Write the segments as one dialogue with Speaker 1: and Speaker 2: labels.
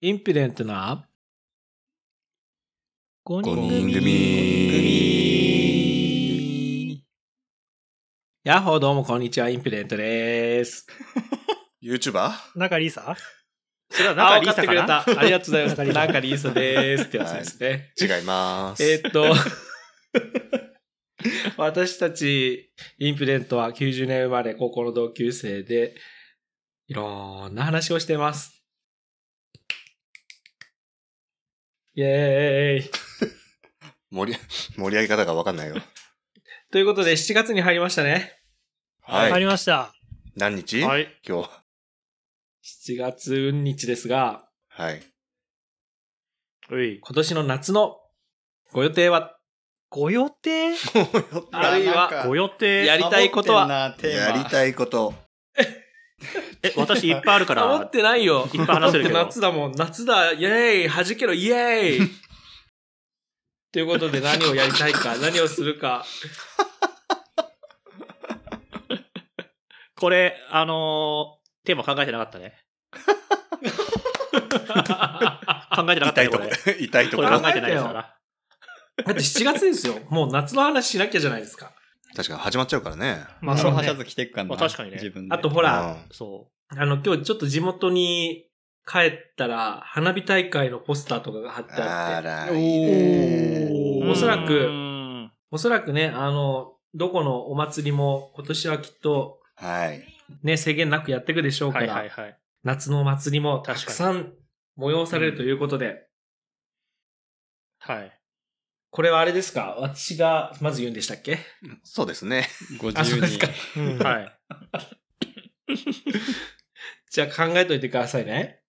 Speaker 1: インピデントな5
Speaker 2: 五
Speaker 1: 人
Speaker 2: 人
Speaker 1: 組
Speaker 2: 組
Speaker 1: やっほーどうもこんにちはインピデントです。
Speaker 2: YouTuber?
Speaker 3: 中リーサ
Speaker 4: それは
Speaker 1: あ、分か
Speaker 4: 中リー
Speaker 1: って
Speaker 4: サ
Speaker 1: く
Speaker 4: か
Speaker 1: れ
Speaker 4: な
Speaker 1: た。ありがとうございます。
Speaker 3: 中リーサ
Speaker 1: 中リーサですってやつですね。
Speaker 2: 違います。
Speaker 1: えーっと、私たちインピデントは90年生まれ高校の同級生で、いろんな話をしてます。イエーイ。
Speaker 2: 盛り、 盛り上げ方がわかんないよ。
Speaker 1: ということで7月に入りましたね。
Speaker 3: 入
Speaker 2: はい。
Speaker 3: りました。
Speaker 2: 何日、
Speaker 4: はい。
Speaker 2: 今日。
Speaker 1: 7月運日ですが、
Speaker 2: はい。
Speaker 4: うい。
Speaker 1: 今年の夏のご予定は
Speaker 3: ご予定
Speaker 1: あるいは
Speaker 4: ご予定。
Speaker 1: やりたいことは
Speaker 5: サボってんな
Speaker 2: やり
Speaker 5: テーマ
Speaker 2: たいこと。
Speaker 4: え、私いっぱいあるか
Speaker 1: 思っ
Speaker 4: ら。
Speaker 1: てないよ。
Speaker 4: いっぱい話せるけど
Speaker 1: だ って夏だもん。夏だ。イェーイ。弾けろ。イェー イ。ということで何をやりたいか、何をするか。
Speaker 4: これ、あのー、テーマ考えてなかった ね。考えてなかっ
Speaker 2: 痛
Speaker 4: たね、
Speaker 2: いと
Speaker 4: こ
Speaker 2: こ
Speaker 4: れ。
Speaker 2: ろ。痛いと
Speaker 4: こ
Speaker 2: こ
Speaker 4: れ
Speaker 2: ろ。
Speaker 4: 考えてないですから。
Speaker 1: だって7月ですよ。もう夏の話しなきゃじゃないですか。
Speaker 2: 確かに始まっちゃうからね。
Speaker 5: まあ、
Speaker 1: そ
Speaker 5: そうの
Speaker 1: ね
Speaker 5: はしゃず着てくかな。
Speaker 4: まあ確かにね
Speaker 5: 自分で。
Speaker 1: あと、ほら、
Speaker 4: そ
Speaker 1: あの今日ちょっと地元に帰ったら花火大会のポスターとかが貼っ
Speaker 2: うん、
Speaker 1: てあ
Speaker 2: あ
Speaker 1: って。
Speaker 2: ら、
Speaker 5: おー
Speaker 2: いいね
Speaker 4: う。
Speaker 1: おそらく
Speaker 4: うん
Speaker 1: おそらくね、あの、どこのお祭りも今年はきっと
Speaker 2: はい。
Speaker 1: ね、制限なくやっていくでしょうか
Speaker 4: はい
Speaker 1: ら、
Speaker 4: はいはい。
Speaker 1: 夏のお祭りもたくさん催されるということで、
Speaker 4: はい。
Speaker 1: これはあれですか私がまず言うんでしたっけ
Speaker 2: そうですね。
Speaker 1: あそう
Speaker 5: 50
Speaker 1: です
Speaker 5: 人
Speaker 1: か。
Speaker 4: はい。
Speaker 1: じゃあ考えといてくださいね。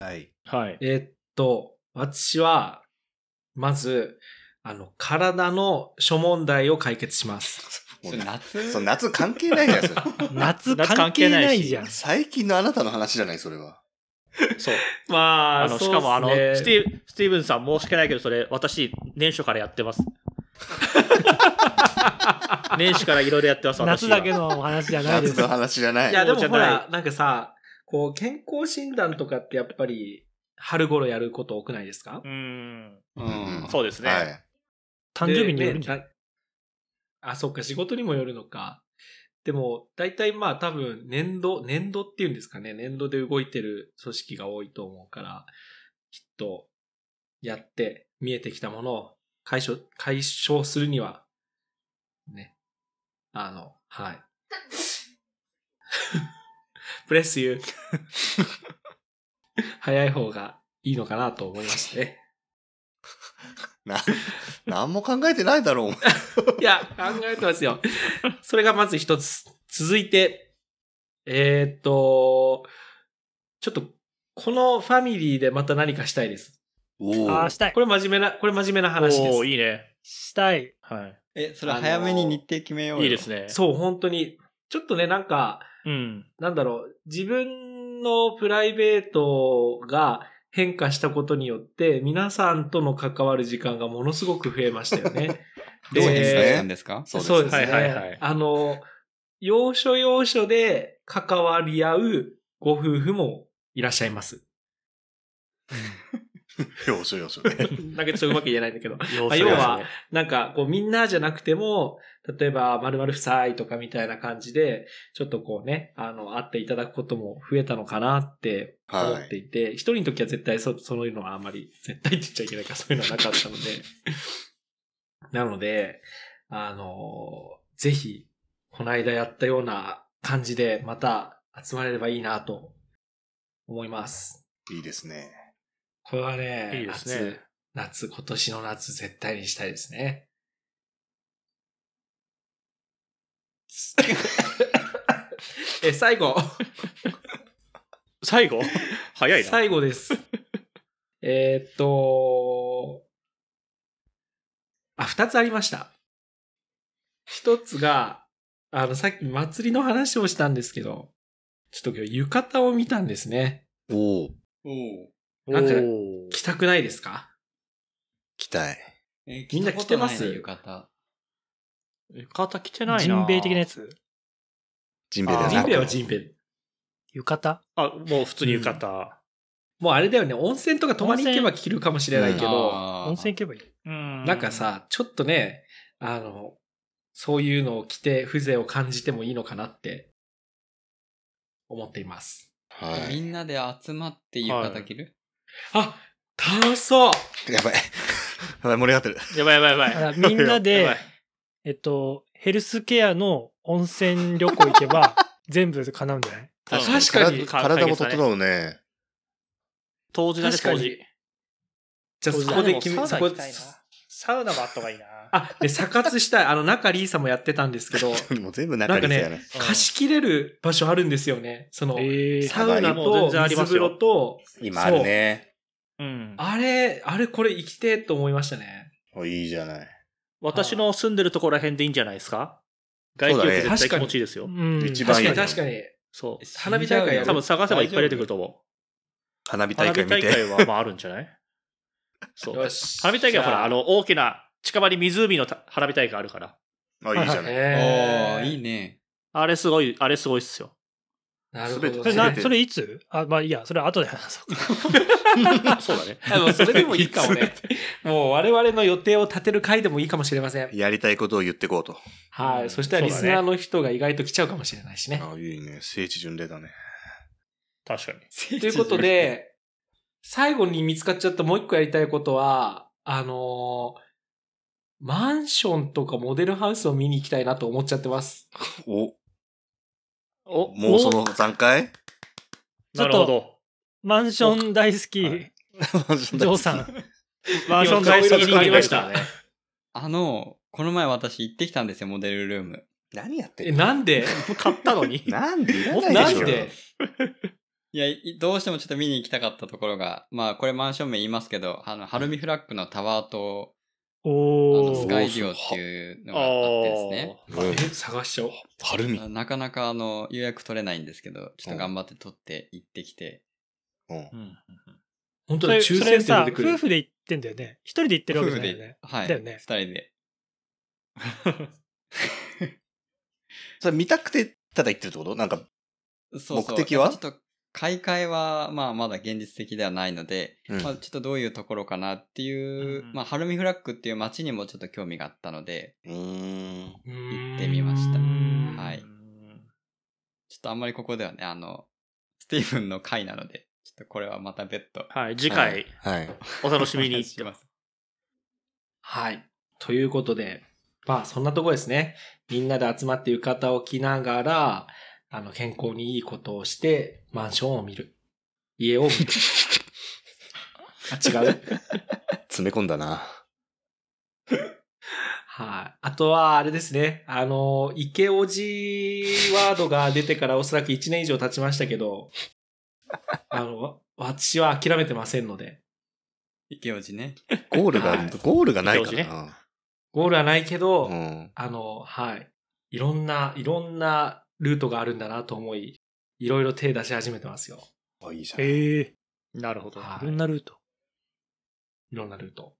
Speaker 2: はい。
Speaker 4: はい。
Speaker 1: えーっと、私は、まず、あの、体の諸問題を解決します。
Speaker 2: も
Speaker 5: そうれ
Speaker 2: な
Speaker 5: 夏
Speaker 2: そう夏関係ないじゃないですか。
Speaker 3: 夏
Speaker 4: 夏
Speaker 3: 関係ない
Speaker 4: し
Speaker 3: じゃん。
Speaker 2: 最近のあなたの話じゃない、それは。
Speaker 4: そう。
Speaker 1: まあ、
Speaker 4: あの、しかもあの、
Speaker 1: そうっ
Speaker 4: ス
Speaker 1: すね
Speaker 4: ティースティーブンさん申し訳ないけど、それ、私、年初からやって ます。年始からいろいろやってます、私
Speaker 3: 夏
Speaker 4: は
Speaker 3: だけのお話じゃないで
Speaker 2: 夏
Speaker 3: す
Speaker 2: の。話じゃないい。
Speaker 1: や、でも
Speaker 4: じゃ
Speaker 1: ほ
Speaker 4: ない
Speaker 1: ら、なんかさ、こう、健康診断とかってやっぱり、春頃やること多くないですか
Speaker 4: うーん。
Speaker 2: う
Speaker 4: そうですね。
Speaker 2: はい。
Speaker 3: 誕生日によるんじゃん。
Speaker 1: でねなあ、そっか、仕事にもよるのか。でも、大体まあ多分、年度、年度っていうんですかね、年度で動いてる組織が多いと思うから、きっと、やって、見えてきたものを解消、解消するには、ね、あの、はい。 プレスユー。 早い方がいいのかなと思いまして、ね。
Speaker 2: な、 何も考えてないだろう。
Speaker 1: いや、考えてますよ。それがまず一つ。続いて、えーっと、ちょっと、このファミリーでまた何かしたいです。
Speaker 2: お
Speaker 3: ああ、
Speaker 2: ー
Speaker 3: したい
Speaker 1: こ。れ真面目な、これ真面目な話で
Speaker 4: お
Speaker 1: す
Speaker 4: お。いいね。
Speaker 3: したい。
Speaker 4: はい。
Speaker 5: え、それ早めに日程決めようよ。
Speaker 4: いいですね。
Speaker 1: そう、本当に。ちょっとね、なんか、
Speaker 4: うん。
Speaker 1: なんだろう、自分のプライベートが変化したことによって、皆さんとの関わる時間がものすごく増えましたよね。
Speaker 5: ど
Speaker 1: で
Speaker 5: う変化したんですか、
Speaker 2: そうです
Speaker 1: そうですね。
Speaker 4: はいはいはい
Speaker 1: あの、要所要所で関わり合うご夫婦もいらっしゃい ます。
Speaker 2: よしよし。う
Speaker 1: なんかちょっとうまく言えないんだけど。
Speaker 4: 要
Speaker 1: まあ要は、なんかこうみんなじゃなくても、例えば〇〇夫妻とかみたいな感じで、ちょっとこうね、あの、会っていただくことも増えたのかなって思っていて、一、人の時は絶対そそういうのはあんまり、絶対って言っちゃいけないからそういうのはなかったので。なので、あの、ぜひ、この間やったような感じでまた集まれればいいなと思います。
Speaker 2: いいですね。
Speaker 1: これはね、
Speaker 4: いいですね
Speaker 1: 夏、夏、今年の夏絶対にしたいですね。 え、最後、
Speaker 4: 最 後早いな。
Speaker 1: 最後です。 えーっと、あ、二つありました。一つが、あの、さっき祭りの話をしたんですけど、ちょっと今日浴衣を見たんですね。
Speaker 2: おお。
Speaker 5: おお。
Speaker 1: なんか
Speaker 4: おー
Speaker 1: 着たくないですか
Speaker 2: 期待。
Speaker 5: え
Speaker 1: みんな着てます
Speaker 5: 着たことないね浴衣。
Speaker 4: 浴衣着てないな。
Speaker 3: ジンベイ的なやつ。
Speaker 2: ジンベエでは
Speaker 1: ジ
Speaker 2: な
Speaker 1: ン
Speaker 2: く
Speaker 1: ベエはジンベエ。
Speaker 3: 浴衣
Speaker 4: あ、もう普通に浴衣。
Speaker 1: もうあれだよね、温泉とか泊まりに行けば
Speaker 3: 温
Speaker 1: 聞けるかもしれないけど、
Speaker 5: ど
Speaker 3: 温泉行けばいい。うん
Speaker 1: なんか、さ、ちょっとね、あの、そういうのを着て風情を感じてもいいのかなって思っています。
Speaker 2: は
Speaker 5: みんなで集まって浴衣着る、
Speaker 1: あ、楽しそう
Speaker 2: い。やばい。やばい、盛り上がってる。
Speaker 4: やばいやばいやば
Speaker 3: だ
Speaker 4: い
Speaker 3: か。らみんな
Speaker 4: や
Speaker 3: で
Speaker 4: ばい、
Speaker 3: えっと、ヘルスケアの温泉旅行行けば、全部叶うんじゃない
Speaker 1: 確
Speaker 4: うん
Speaker 1: かに
Speaker 2: 体体も整うね。
Speaker 4: 当時だね、
Speaker 1: 確か
Speaker 4: 当
Speaker 1: に
Speaker 4: 時。
Speaker 1: じゃあ
Speaker 4: 当時
Speaker 1: そこで
Speaker 4: あ
Speaker 1: 決
Speaker 4: も
Speaker 1: め、そ
Speaker 4: うサウ
Speaker 1: こ
Speaker 4: ナ行きたいなサウナもあった方がいいな。
Speaker 1: あ、で、サ活したい。あの、中リーさんもやってたんですけど、
Speaker 2: もう全部中にやね。
Speaker 4: うん
Speaker 1: 貸し切れる場所あるんですよね。その、
Speaker 3: え
Speaker 1: サウナ
Speaker 4: もう
Speaker 1: と
Speaker 4: 全然あり
Speaker 1: 水
Speaker 4: ます
Speaker 1: 風
Speaker 4: よ
Speaker 1: 呂と、
Speaker 2: 今あるね。
Speaker 4: うん。
Speaker 1: あれ、あれこれ生きてえと思いましたね。
Speaker 2: おいいじゃない。
Speaker 4: 私の住んでるところら辺でいいんじゃないですか外気浴
Speaker 2: そう
Speaker 1: だね
Speaker 4: 絶対気持ちいいですよ。
Speaker 3: うん。
Speaker 2: 一番
Speaker 1: 確
Speaker 2: いい
Speaker 1: か
Speaker 2: よ
Speaker 1: に確かに。
Speaker 4: そ
Speaker 1: 花火大会や
Speaker 4: う。
Speaker 1: る
Speaker 4: 多分探せばいっぱい出てくると思
Speaker 2: 花火
Speaker 4: う。花
Speaker 2: 大
Speaker 4: 火
Speaker 2: 会見
Speaker 4: 大
Speaker 2: て。
Speaker 4: 会はまああるんじゃないそう
Speaker 1: よ。し。
Speaker 4: 花火大会はほら、あ
Speaker 1: の、
Speaker 4: の、大きな、近場に湖のた花火大会あるから。
Speaker 2: あ、いいじゃない。
Speaker 1: え
Speaker 5: おー、
Speaker 1: ー、
Speaker 5: いいね。
Speaker 4: あれすごい、あれすごいっす よ。
Speaker 1: なるほ
Speaker 2: 全
Speaker 1: ど。
Speaker 2: て
Speaker 3: それ
Speaker 2: 全
Speaker 3: な、
Speaker 2: て
Speaker 3: それいつあ、まあいいや、それは後で話そうか。
Speaker 4: そうだね。
Speaker 1: あのそれでもいいかもね。もう我々の予定を立てる回でもいいかもしれません。
Speaker 2: やりたいことを言ってこうと。
Speaker 1: は
Speaker 4: う
Speaker 1: い。
Speaker 4: ん
Speaker 1: そしたらリスナーの人が意外と来ちゃうかもしれないしね。
Speaker 2: あ、いいね。聖地巡礼だね。
Speaker 4: 確かに。
Speaker 1: ということで、最後に見つかっちゃったもう一個やりたいことは、あのーマンションとかモデルハウスを見に行きたいなと思っちゃってます。
Speaker 2: お、
Speaker 4: お、
Speaker 2: もうその段階
Speaker 4: なるほ
Speaker 3: ち
Speaker 4: ど。
Speaker 3: マンション大好き、ジョーさん。
Speaker 4: マンション大好きになりまし
Speaker 1: 今顔
Speaker 4: た
Speaker 1: 色変わりま
Speaker 4: ね。
Speaker 5: あの、この前私行ってきたんですよ、モデルルーム。
Speaker 2: 何やって
Speaker 1: え、
Speaker 2: んの
Speaker 1: なん で
Speaker 4: 買ったのに。
Speaker 2: なんでいらないで
Speaker 1: な
Speaker 2: しょ
Speaker 1: んで
Speaker 5: いや、いどうしてもちょっと見に行きたかったところが、まあ、これマンション名言いますけど、あの、ハルミフラッグのタワーと、あ
Speaker 3: お
Speaker 5: の、
Speaker 3: ー
Speaker 5: スカイリオっていうのがあってですね。
Speaker 2: うん
Speaker 1: え、探しちゃおう。
Speaker 2: はるみ。
Speaker 5: なかなかあの、予約取れないんですけど、ちょっと頑張って取って行ってきて。
Speaker 2: うん
Speaker 4: うん
Speaker 1: 本当
Speaker 3: そ
Speaker 1: だ、
Speaker 3: れ
Speaker 1: 抽
Speaker 3: それ
Speaker 1: 選で出
Speaker 3: さ、
Speaker 1: てく
Speaker 3: 夫
Speaker 1: る。
Speaker 3: 婦で行ってんだよね。一人で行ってるわけじゃないよね
Speaker 5: で。、 はい。
Speaker 3: だよね
Speaker 5: 二人で。
Speaker 2: それ見たくて、ただ言ってるってことなんか、
Speaker 5: そうそう
Speaker 2: 目的は
Speaker 5: ちょっと、買い替えは、まあ、まだ現実的ではないので、
Speaker 2: うん
Speaker 5: まあ、ちょっとどういうところかなっていう、
Speaker 4: うん
Speaker 5: まあ、ハルミフラッグっていう街にもちょっと興味があったので、
Speaker 2: うーん。
Speaker 1: 行。
Speaker 5: ってみましたはいい。ちょっとあんまりここではね、あの、スティーブンの回なので、ちょっとこれはまた別途。
Speaker 4: はい、次回、
Speaker 2: はい。
Speaker 4: お楽しみに。
Speaker 5: します。
Speaker 1: はい。ということで、まあそんなとこですね。みんなで集まって浴衣を着ながら、あの、健康にいいことをして、マンションを見る。家を見る。あ、違う。
Speaker 2: 詰め込んだな。
Speaker 1: はい。あとは、あれですね。あの、池おじワードが出てからおそらく1年以上経ちましたけ ど、あの、わ私は諦めてませんので。
Speaker 5: 池内ね。
Speaker 2: ゴールが、
Speaker 1: はい
Speaker 2: ゴールがないから
Speaker 1: ゴールはないけど、
Speaker 2: な。うん。
Speaker 1: あの、はい。いろんな、いろんなルートがあるんだなと思い、いろいろ手出し始めてますよ。
Speaker 2: あ、いいじゃん。
Speaker 3: ええ
Speaker 4: なるほど。
Speaker 1: はい
Speaker 3: ろんなルート。
Speaker 1: いろんなルート。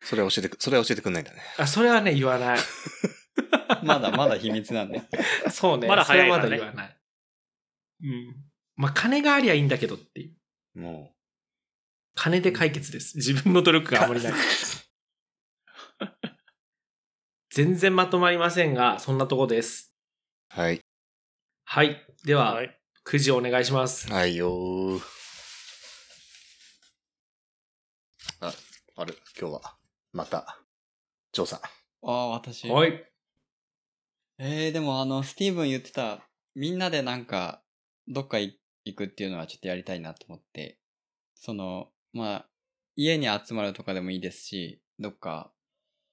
Speaker 2: それは教えてく、それは教えてくんないんだね。
Speaker 1: あ、それはね、言わない。
Speaker 5: まだまだ秘密なんで。
Speaker 1: そうね。
Speaker 4: まだ早いから
Speaker 1: そ
Speaker 4: ね
Speaker 1: れはまだ言わない。うん。まあ、金がありゃいいんだけどっていう。
Speaker 2: も
Speaker 1: 金で解決です。自分の努力があまりない。全然まとまりませんが、そんなとこです。
Speaker 2: う。はい。
Speaker 1: はい。では、
Speaker 4: はい
Speaker 1: くじをお願いします。
Speaker 2: はいよー。あ、ある、今日は、また、ジョーさん。
Speaker 5: ああ、私。
Speaker 1: はい。
Speaker 5: えー、でもあの、スティーブン言ってた、みんなでなんか、どっかい行くっていうのはちょっとやりたいなと思って、その、まあ、家に集まるとかでもいいですし、どっか、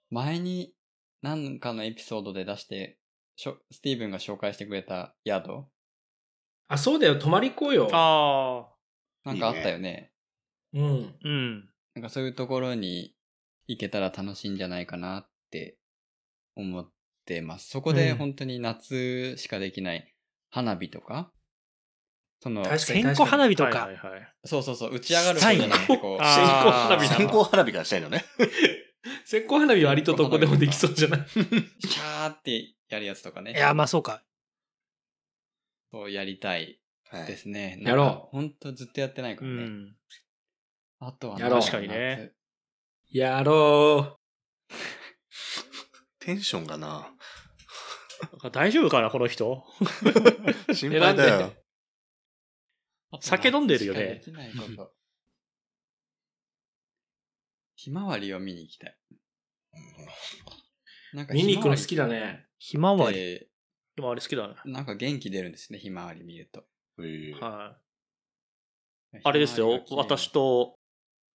Speaker 5: 前に何かのエピソードで出して、しょスティーブンが紹介してくれた宿
Speaker 1: あ、そうだよ。泊まり行こうよ。
Speaker 4: ああ、
Speaker 5: なんかあったよね。
Speaker 1: うん。
Speaker 4: うん。
Speaker 5: なんかそういうところに行けたら楽しいんじゃないかなって思ってます。そこで
Speaker 1: うん
Speaker 5: 本当に夏しかできない花火とか、その、
Speaker 1: 確かに
Speaker 3: 線香花火とか
Speaker 4: はい。はいはい
Speaker 5: そうそうそう、打ち上がることじゃなくて、こう、
Speaker 4: あー
Speaker 1: 線香花火
Speaker 4: あ
Speaker 1: だ
Speaker 2: 線香花火がしたいのね。
Speaker 1: 線香花火割とどこでもできそうじゃない
Speaker 5: シャーってやるやつとかね。
Speaker 3: いや、まあそうか。
Speaker 5: そうやりたい
Speaker 2: はい。
Speaker 5: ですね。
Speaker 1: やろ
Speaker 5: う。ほんとずっとやってないか
Speaker 4: う
Speaker 5: らね。
Speaker 4: ん。
Speaker 5: あとは
Speaker 1: やろう
Speaker 5: 夏
Speaker 1: 確か
Speaker 4: にね。
Speaker 1: やろ
Speaker 2: テンションがな、
Speaker 4: 大丈夫かな、この人。
Speaker 2: 心配だ
Speaker 1: 選ん
Speaker 2: よ。
Speaker 5: あと
Speaker 4: 酒飲んでるよね
Speaker 5: 夏しかできないこと。ひまわりを見に行 きたい。なん
Speaker 1: う。
Speaker 5: か
Speaker 1: 見に行くの好きだね。
Speaker 3: ひま
Speaker 5: ひま
Speaker 3: わ
Speaker 5: わ
Speaker 3: り。
Speaker 5: りって
Speaker 4: でもあれ好きだね。
Speaker 5: なんか元気出るんですね、ひまわり見ると。
Speaker 2: えー
Speaker 4: はい。あれですよ、私と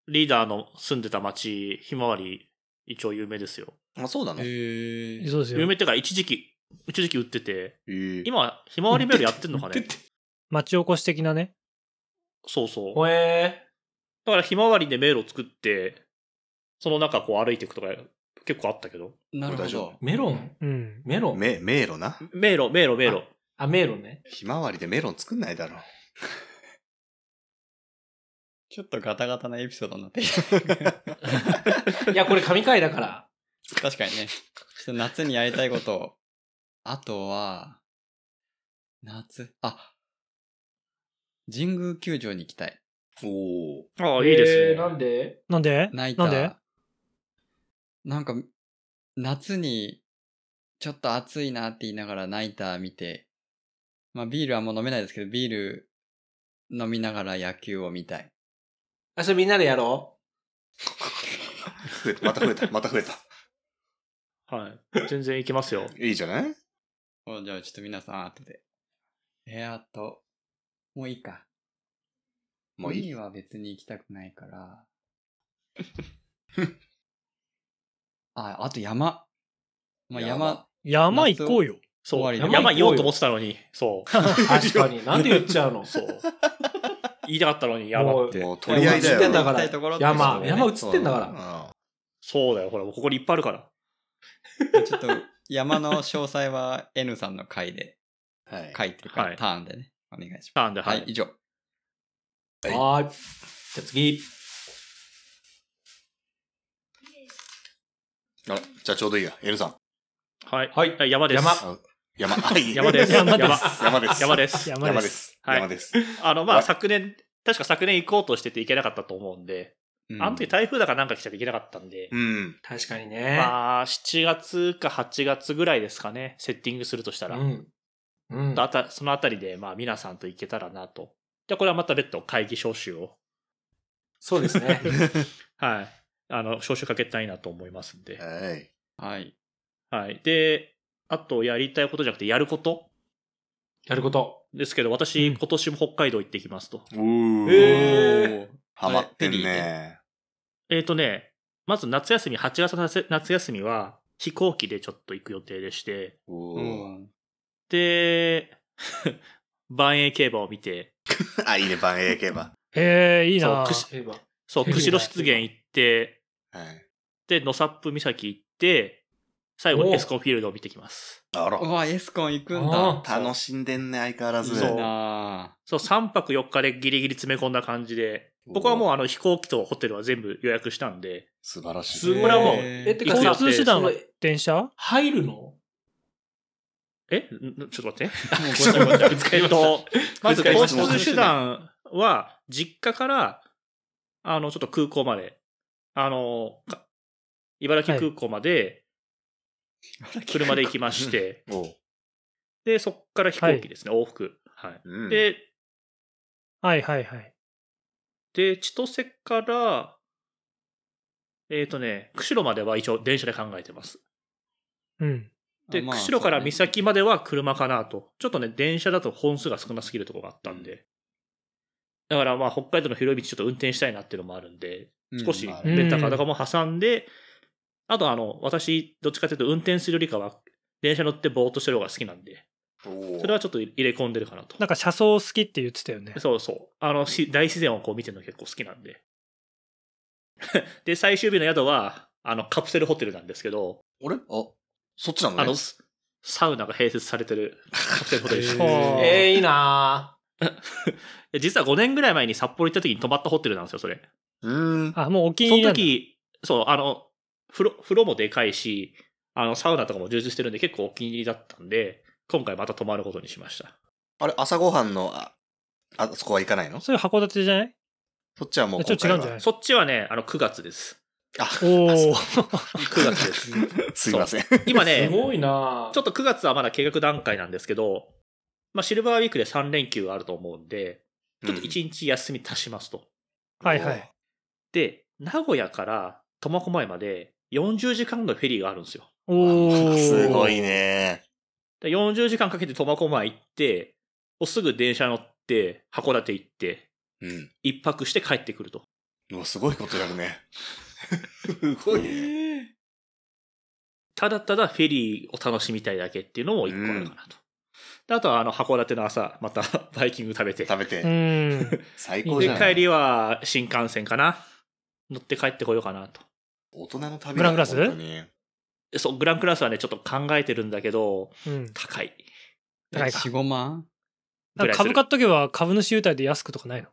Speaker 4: リーダーの住んでた町、ひまわり、一応有名ですよ。
Speaker 2: あ、そうな
Speaker 5: へ
Speaker 2: の
Speaker 5: ー
Speaker 3: そうです
Speaker 4: 有
Speaker 3: よ
Speaker 4: 名。ってか、一時期、一時期売ってて、
Speaker 2: えー
Speaker 4: 今、ひまわりメールやってんのかね
Speaker 3: 町おこし的なね。
Speaker 4: そうそう。
Speaker 1: ほ え
Speaker 4: だから、ひまわりで迷路を作って、その中こう歩いていくとか、結構あったけど。
Speaker 5: なるほ
Speaker 2: 大丈
Speaker 5: ど。
Speaker 1: ー。メロン
Speaker 3: うん。
Speaker 1: メロン
Speaker 2: め、迷路な。
Speaker 4: 迷路、迷路、迷路。
Speaker 1: あ、メロンね。
Speaker 2: ひまわりでメロン作んないだろ。
Speaker 5: ちょっとガタガタなエピソードになってきた。
Speaker 1: いや、これ神回だから。
Speaker 5: 確かにね。ちょっと夏にやりたいことを。あとは、夏、あ、神宮球場に行きたい。
Speaker 2: おお。
Speaker 4: ああ、いいです
Speaker 1: えーな
Speaker 4: ね。
Speaker 1: んで
Speaker 3: なんで
Speaker 5: ナイタ
Speaker 3: な
Speaker 5: ー。
Speaker 3: んで
Speaker 5: なんか、夏に、ちょっと暑いなって言いながらナイター見て、まあビールはもう飲めないですけど、ビール飲みながら野球を見たい。
Speaker 1: あ、それみんなでやろ
Speaker 2: 増えた、また増えた、また増えた。
Speaker 4: はい。全然行きますよ。
Speaker 2: いいじゃない
Speaker 5: おじゃあちょっと皆さん後で。えー、あと、もういいか。
Speaker 2: もういい
Speaker 5: 海は別に行きたくないから。 あ、あと山。まあ、山
Speaker 2: 山、
Speaker 3: 山行こうよ。
Speaker 4: そ
Speaker 5: 終わ
Speaker 4: う。
Speaker 5: りだ
Speaker 4: 山行こうと思ってたのに、そう。
Speaker 1: う。確かに。なんで言っちゃうの
Speaker 4: そう。言いたかったのに、山って。
Speaker 2: もう取り合いだ
Speaker 1: 映ってんだ
Speaker 2: よ。
Speaker 1: か
Speaker 5: 行きた
Speaker 1: ら
Speaker 5: いところ。ってことだ
Speaker 1: 山
Speaker 5: よ。ね
Speaker 1: 山映ってんだから。
Speaker 2: ら。
Speaker 4: そうだよ、ほら、ここにいっぱいあるから。
Speaker 5: ちょっと山の詳細は N さんの回で
Speaker 2: うんはい。
Speaker 5: 書いてるから、
Speaker 4: はい
Speaker 5: ターンでね。お願いしま
Speaker 4: ターンで、
Speaker 5: す。は、
Speaker 4: はいい。
Speaker 5: 以上。
Speaker 2: うん
Speaker 1: はーい。じゃあ次。
Speaker 2: あらじゃあちょうどいいや。N さん。
Speaker 4: はい。
Speaker 1: はい
Speaker 4: はい山です。
Speaker 1: 山
Speaker 2: 山。はい
Speaker 4: 山です。
Speaker 3: 山で
Speaker 4: 山
Speaker 3: す
Speaker 2: 山です。
Speaker 4: 山です。
Speaker 3: 山
Speaker 2: 山
Speaker 3: で。
Speaker 2: ですす。
Speaker 4: はい
Speaker 2: 山です。
Speaker 4: あの、ま
Speaker 2: は
Speaker 4: あ、
Speaker 2: い
Speaker 4: 昨年、確か昨年行こうとしてて行けなかったと思うんで、あの時台風だかなんか来ちゃって行けなかったんで、
Speaker 2: うん。
Speaker 1: 確かにね。
Speaker 4: まあ、7月か8月ぐらいですかね、セッティングするとしたら。
Speaker 1: うん。うん。
Speaker 4: あたそのあたりで、まあ、皆さんと行けたらなと。じゃあ、これはまた別途会議招集を、
Speaker 1: そうですね。
Speaker 4: はい。あの、招集かけたいなと思いますんで。
Speaker 2: はい。
Speaker 5: はい。
Speaker 4: はい。で、あと、やりたいことじゃなくて、やること
Speaker 1: やること。
Speaker 4: ですけど、
Speaker 3: う
Speaker 4: 私、
Speaker 3: ん
Speaker 4: 今年も北海道行ってきますと。
Speaker 2: うー
Speaker 1: えー
Speaker 2: ハマってん
Speaker 5: あれペリー
Speaker 2: ね。
Speaker 4: えっ、とね、まず夏休み、8月の夏夏休みは、飛行機でちょっと行く予定でして、
Speaker 2: お
Speaker 5: う
Speaker 2: ー
Speaker 5: ん。
Speaker 4: で、 万栄競馬を見て、
Speaker 2: あ、いいね、万英競馬。は
Speaker 3: へえ、いいな
Speaker 4: そう串
Speaker 1: 例えば。
Speaker 4: そう、釧路湿原行って、
Speaker 2: い。
Speaker 4: で、野サップ岬行って、最後
Speaker 1: おう
Speaker 4: にエスコンフィールドを見てきます。
Speaker 2: あ
Speaker 5: う
Speaker 2: ら。
Speaker 5: わ、エスコン行くん
Speaker 1: あ
Speaker 5: だ。
Speaker 2: 楽しんでんね、相変わらず。
Speaker 4: そう
Speaker 5: いいな
Speaker 4: そう、3泊4日でギリギリ詰め込んだ感じで、僕はもうあの飛行機とホテルは全部予約したんで、
Speaker 2: 素晴らしい。
Speaker 1: すごい。もう、
Speaker 5: へー
Speaker 1: え、てか
Speaker 4: 交
Speaker 1: さ、
Speaker 4: 通手
Speaker 3: 段は
Speaker 1: その
Speaker 3: 電車
Speaker 1: 入るの
Speaker 4: えんちょっと待って。
Speaker 5: ぁ。もうごちゃごちゃ。
Speaker 4: えっと、まず
Speaker 2: 難しい
Speaker 4: 交通手段は、実家から、あの、ちょっと空港まで、あの、か茨城空港まで車で行きまして、
Speaker 2: おう
Speaker 4: で、そっから飛行機ですね、往復。はい。
Speaker 2: うん
Speaker 4: で、
Speaker 3: はいはいはい。
Speaker 4: で、千歳から、えっ、とね、釧路までは一応電車で考えてます。
Speaker 3: うん。
Speaker 4: で、
Speaker 5: まあ
Speaker 4: 釧路から三
Speaker 5: そうね
Speaker 4: 崎までは車かなと。ちょっとね、電車だと本数が少なすぎるところがあったんで。だからまあ、北海道の広い道ちょっと運転したいなっていうのもあるんで、少し
Speaker 5: うん
Speaker 4: レンタカーとかも挟んで、あとあの、私、どっちかというと運転するよりかは、電車乗ってぼーっとしてる方が好きなんで、
Speaker 2: おう
Speaker 4: それはちょっと入れ込んでるかなと。
Speaker 3: なんか車窓好きって言ってたよね。
Speaker 4: そうそう。あの、し大自然をこう見てるの結構好きなんで。 で、最終日の宿は、あの、カプセルホテルなんですけど、
Speaker 2: あれあ、そっちな
Speaker 4: あ
Speaker 2: の
Speaker 4: の、
Speaker 2: ね
Speaker 4: スサウナが併設されてる カプセルホテルで
Speaker 3: へー
Speaker 1: えー、いいな
Speaker 4: で実は5年ぐらい前に札幌行った時に泊まったホテルなんですよ、それ。
Speaker 2: うーん。
Speaker 3: あ、もうお気に
Speaker 4: そ
Speaker 3: 入り
Speaker 4: の
Speaker 3: なんだ。
Speaker 4: 時、そう、あの、風呂、風呂もでかいし、あの、サウナとかも充実してるんで結構お気に入りだったんで、今回また泊まることにしました。
Speaker 2: あれ、朝ごはんの、ああそこは行かないの
Speaker 3: それ函館じゃない
Speaker 2: そっちはもう
Speaker 3: ちょ
Speaker 2: 今
Speaker 3: っと違
Speaker 2: 回
Speaker 3: うんじゃな
Speaker 2: はい
Speaker 4: そっちはね、あの、9月です。
Speaker 2: あ、
Speaker 3: おお。
Speaker 4: 9月で
Speaker 2: す
Speaker 4: す。
Speaker 2: いません。
Speaker 4: 今
Speaker 1: す
Speaker 4: ね、
Speaker 1: ごいな
Speaker 4: ちょっと9月はまだ計画段階なんですけど、まあ、シルバーウィークで3連休あると思うんで、ちょっと1日休み足しますと。
Speaker 3: はいはい。
Speaker 4: で、名古屋から苫小牧まで40時間のフェリーがあるんですよ。
Speaker 3: お
Speaker 2: うん
Speaker 3: お。
Speaker 2: すごい。ね。
Speaker 4: で40時間かけて苫小牧行って、おすぐ電車乗って、函館行って、
Speaker 2: うん。
Speaker 4: 一泊して帰ってくると。
Speaker 2: もうすごいことやるね。 すごいね。
Speaker 4: ただただフェリーを楽しみたいだけっていうのも一個あるかなと。であとはあの函館の朝、また バイキング食べて。
Speaker 2: 食べ
Speaker 3: う
Speaker 2: て、
Speaker 3: ん。
Speaker 2: 最
Speaker 3: そ
Speaker 2: 高
Speaker 3: う
Speaker 2: じ
Speaker 4: で
Speaker 2: ゃ、な
Speaker 4: 帰
Speaker 2: い
Speaker 4: りは新幹線かな。乗って帰ってこようかなと。
Speaker 2: 大人の旅
Speaker 3: グランクラス
Speaker 2: 本当に
Speaker 4: でそう、グランクラスはね、ちょっと考えてるんだけど、
Speaker 3: うん。
Speaker 4: 高い。
Speaker 3: 高いか
Speaker 5: 4、。5万
Speaker 3: なんか株買っとけば株主優待で安くとかないの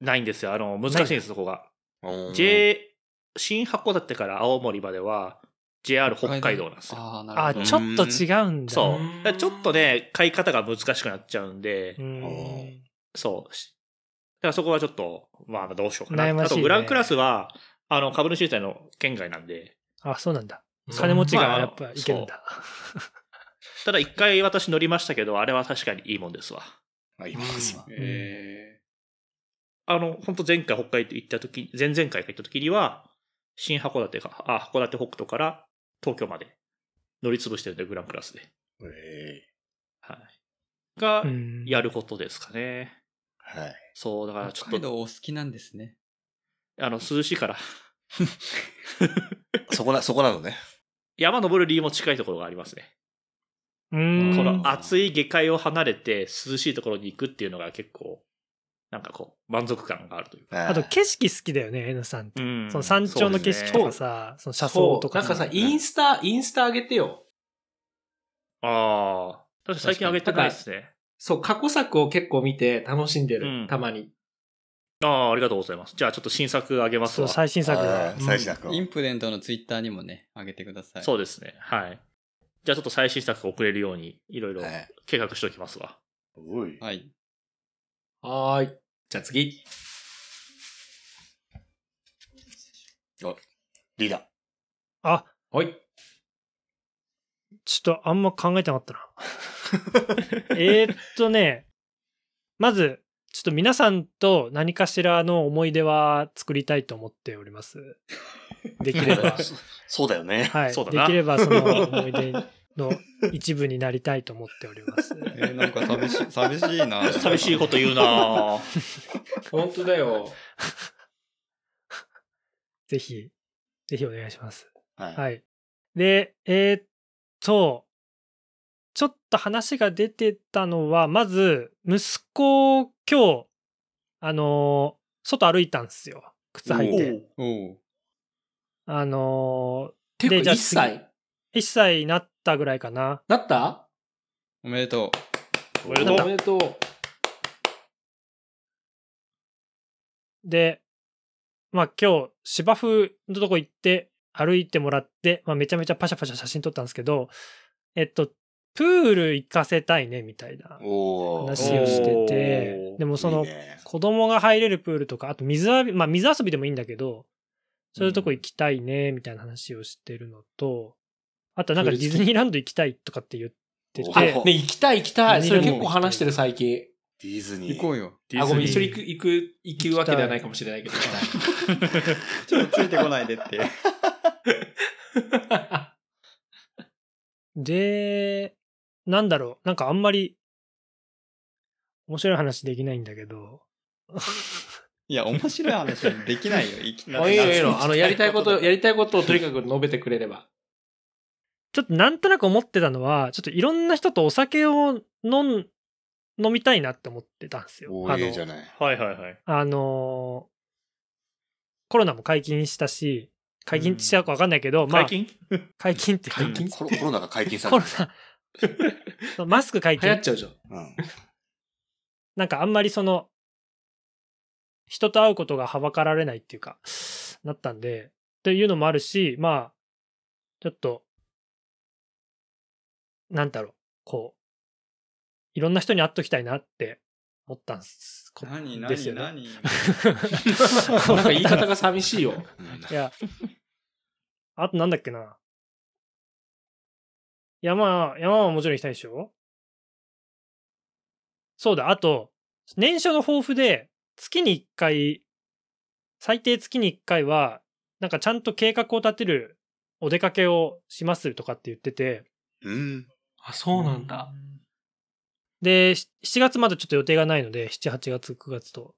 Speaker 4: ないんですよ。あの、難しいんです、そこが。
Speaker 2: うん
Speaker 4: J、新函館から青森までは JR 北海道なんですよ。
Speaker 5: ああ、な
Speaker 3: あ、
Speaker 5: るほど。
Speaker 3: ちょっと違うんだ。
Speaker 4: そうう。
Speaker 1: ん
Speaker 4: だからちょっとね、買い方が難しくなっちゃうんで、
Speaker 3: うん。
Speaker 4: そう。しだからそこはちょっと、まあどうしようかな。
Speaker 3: 悩ま
Speaker 4: あ
Speaker 3: しい
Speaker 4: と
Speaker 3: ね
Speaker 4: グランクラスは、あの、株主優待の県外なんで、
Speaker 3: あ、そうなんだ。
Speaker 1: そう
Speaker 3: 金持ち
Speaker 4: ま
Speaker 3: が
Speaker 4: あ
Speaker 3: やっぱいけるんだ。
Speaker 4: ただ一回私乗りましたけど、あれは確かにいいもんですわ。
Speaker 2: あ今ですわ
Speaker 5: え
Speaker 4: あの、本当前回北海道行った時、前々回行った時には、新函館か、あ、函館北斗から東京まで乗り潰してるんで、グランクラスで。
Speaker 2: え
Speaker 4: はい。が
Speaker 3: う、ん
Speaker 4: やることですかね。
Speaker 2: ーはい。
Speaker 4: そう、だから
Speaker 5: ー
Speaker 4: ちょ
Speaker 5: 北
Speaker 4: っ
Speaker 5: 海
Speaker 4: と、
Speaker 5: 道お好きなんですね。
Speaker 4: あの、涼しいから。
Speaker 2: そこな、そこなのね。
Speaker 4: 山登る理由も近いところがありますね。
Speaker 3: うん。
Speaker 4: こ
Speaker 2: ほら
Speaker 4: の暑い下界を離れて涼しいところに行くっていうのが結構、なんかこう、満足感があるというか。
Speaker 2: あ
Speaker 3: あと景色好きだよね、N さんって。
Speaker 4: うん
Speaker 3: その山頂の景色とか
Speaker 4: そうですね
Speaker 3: さ、その車窓とか
Speaker 1: そうなんかさ、
Speaker 2: ん
Speaker 1: インスタ、インスタ上げてよ。
Speaker 4: ああ。確かに最近上げてないですね。
Speaker 1: そう、過去作を結構見て楽しんでる、
Speaker 4: うん
Speaker 1: たまに。
Speaker 4: ああ、ありがとうございます。じゃあちょっと新作上げます
Speaker 3: そう、
Speaker 4: わ。
Speaker 3: 最新作
Speaker 2: あ
Speaker 3: が。
Speaker 2: ー最新作を
Speaker 5: インプデントのツイッターにもね、あげてください。
Speaker 4: そうですね。はい。じゃあちょっと最新作が送れるように、いろいろ
Speaker 2: はい
Speaker 4: 計画しておきますわ。
Speaker 2: すごい。
Speaker 5: はい。
Speaker 1: はーい。じゃあ次。
Speaker 2: リーダ
Speaker 3: あ、
Speaker 1: はい。
Speaker 3: ちょっとあんま考えてなかったな。えーっとね、まず、ちょっと皆さんと何かしらの思い出は作りたいと思っており ます。できれば
Speaker 2: ー。。そうだよね。
Speaker 3: はい。
Speaker 4: そうだ
Speaker 3: で
Speaker 4: な
Speaker 3: きればその思い出 の一部になりたいと思っております。
Speaker 5: えー、なんか寂 しい、寂しいな。
Speaker 4: 寂しいこと言うなぁ
Speaker 1: 本当だよ。
Speaker 3: ぜひ、ぜひお願いします。
Speaker 2: は
Speaker 3: はい。で、えーっと、ちょっと話が出てたのは、まず、息子を今日、あのー外歩いたんですよ。靴履いて。
Speaker 5: おう。
Speaker 3: あの
Speaker 1: て
Speaker 3: で
Speaker 1: いう
Speaker 3: じゃ
Speaker 1: か、
Speaker 3: あ
Speaker 1: 1歳
Speaker 3: ー、1歳になったぐらいかな。
Speaker 1: なった
Speaker 5: おめでと
Speaker 4: おめでと
Speaker 1: お
Speaker 4: う。
Speaker 1: めでとう。
Speaker 3: で、まあ今日、芝生のとこ行って、歩いてもらって、まあめちゃめちゃパシャパシャ写真撮ったんですけど、えっと、プール行かせたいね、みたいな
Speaker 2: おー。
Speaker 3: 話をしてて
Speaker 4: お、ー
Speaker 3: でもその
Speaker 2: いい、ね
Speaker 3: 子供が入れるプールとか、あと水浴び、まあ水遊びでもいいんだけど、そういうとこ行きたいね、みたいな話をしてるのと、あとなんかディズニーランド行きたいとかって言って
Speaker 2: お
Speaker 1: あ、
Speaker 3: て
Speaker 1: ね、、行きたい行きたい。
Speaker 3: 何
Speaker 1: そ
Speaker 3: で
Speaker 1: れ
Speaker 3: も
Speaker 1: 結構話してる最近。
Speaker 2: ディズ
Speaker 5: う。
Speaker 2: ニー。
Speaker 5: 行こうよ。
Speaker 1: あ、ごめん、
Speaker 3: ディ
Speaker 1: 一
Speaker 3: ズ
Speaker 1: 緒
Speaker 3: ニ
Speaker 1: に
Speaker 3: ー
Speaker 1: 行く、行く、行くわけではないかもしれないけど。
Speaker 5: ちょっとついてこないでって。
Speaker 3: で、なんだろう、なんかあんまり、面白い話できないんだけど、
Speaker 5: いや、面白い話はできないよ。行 き
Speaker 1: あいいのいい
Speaker 5: 行き
Speaker 1: の。
Speaker 5: た
Speaker 1: あの、やりたい こと、や
Speaker 5: り
Speaker 1: りたいことをとにかく述べてくれれば。
Speaker 3: ちょっとなんとなく思ってたのは、ちょっといろんな人とお酒を飲ん、飲みたいなって思ってたんですよ。
Speaker 2: お
Speaker 3: あ
Speaker 2: ー、
Speaker 3: の
Speaker 2: いいじゃない。
Speaker 4: はいはいはい。
Speaker 3: あのコロナも解禁したし、解禁したかわかんないけど、まあ
Speaker 4: 解、禁
Speaker 3: 解禁って
Speaker 4: 解禁
Speaker 2: コロコロナが解禁さ
Speaker 3: コ
Speaker 2: れ
Speaker 3: ロ ナ、マスク解
Speaker 1: 流行っ。
Speaker 3: 禁
Speaker 1: ちゃうじゃん。
Speaker 2: た。うん。
Speaker 3: なんかあんまりその、人と会うことがはばかられないっていうか、なったんで、っていうのもあるし、まあ、ちょっと、なんだろう、こう、いろんな人に会っときたいなっておったんす。こ
Speaker 5: 何、
Speaker 3: です
Speaker 5: 何、
Speaker 3: よね
Speaker 1: な
Speaker 5: 何
Speaker 1: んか言い方が寂しい よ。
Speaker 3: いや、あとなんだっけな。山、山はもちろん行きたいでしょそうだ、あと、年初の抱負で、月に1回、最低月に1回は、なんかちゃんと計画を立てるお出かけをしますとかって言ってて、
Speaker 2: うん。
Speaker 1: あ、そうなんだ。
Speaker 3: で、し7月まだちょっと予定がないので、7、8月、9月と、ちょっ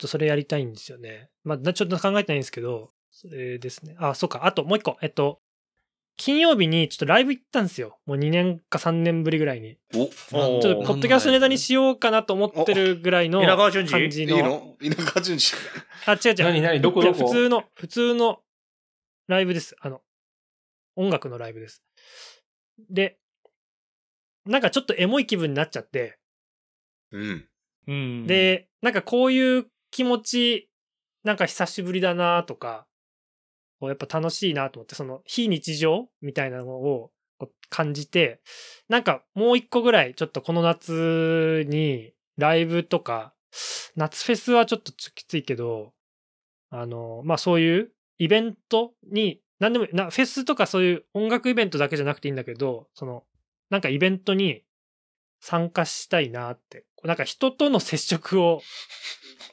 Speaker 3: とそれやりたいんですよね。まあ、なちょっと考えてないんですけど、それですね。あ、そうか。あともう一個。えっと、金曜日にちょっとライブ行ったんですよ。もう2年か3年ぶりぐらいに。
Speaker 2: お、
Speaker 4: おー
Speaker 3: ちょっと、ポッドキャストネタにしようかなと思ってるぐらいの
Speaker 4: お稲川淳二
Speaker 3: 感じ
Speaker 2: いい
Speaker 3: の。
Speaker 2: の田舎淳二。
Speaker 3: あ、違う違う。
Speaker 1: 何何どこどこ
Speaker 3: 普通の、普通のライブです。あの、音楽のライブです。で、なんかちょっとエモい気分になっちゃって、
Speaker 2: うん。
Speaker 4: うん、
Speaker 3: で、なんかこういう気持ち、なんか久しぶりだなとか、こうやっぱ楽しいなと思って、その非日常みたいなのをこう感じて、なんかもう一個ぐらいちょっとこの夏にライブとか、夏フェスはちょっときついけど、あの、まあそういうイベントに、なんでもな、フェスとかそういう音楽イベントだけじゃなくていいんだけど、その、なんかイベントに参加したいなって、こうなんか人との接触を、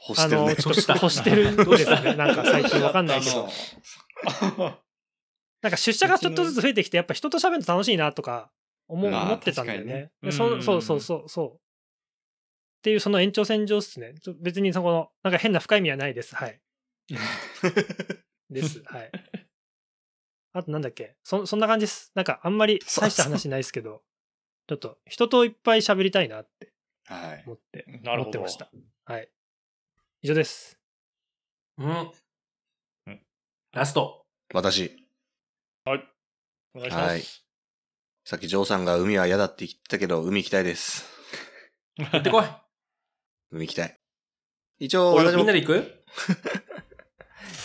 Speaker 2: 欲
Speaker 3: あ
Speaker 2: してる
Speaker 3: の、
Speaker 2: ね。
Speaker 3: ちょっと欲してるんですね。なんか最近わかんないけど。なんか出社がちょっとずつ増えてきて、やっぱ人と喋ると楽しいなとか思う
Speaker 5: まあ
Speaker 3: 思ってたんだよ
Speaker 5: 確かに
Speaker 3: ね。
Speaker 4: ね
Speaker 3: でそううんそうそうそうそう。っていうその延長線上っすね。ちょ別にそこの、なんか変な深い意味はないです。はい。です。はい。あとなんだっけそそんな感じです。なんかあんまり大した話ないですけど、ちょっと人といっぱい喋りたいなって
Speaker 2: はい。
Speaker 3: 思って、
Speaker 4: なる
Speaker 3: 思っ
Speaker 4: ほ
Speaker 3: て
Speaker 4: ど。
Speaker 3: ました。はい。以上です。
Speaker 1: うん
Speaker 4: うん。
Speaker 1: ラスト。
Speaker 2: 私、
Speaker 4: お願いします。
Speaker 2: はいさっきジョーさんが海は嫌だって言ってたけど、海行きたいです。
Speaker 1: 行ってこい。
Speaker 2: 海行きたい。一応、
Speaker 1: 俺
Speaker 2: 私
Speaker 1: み
Speaker 2: も
Speaker 1: んな、で行く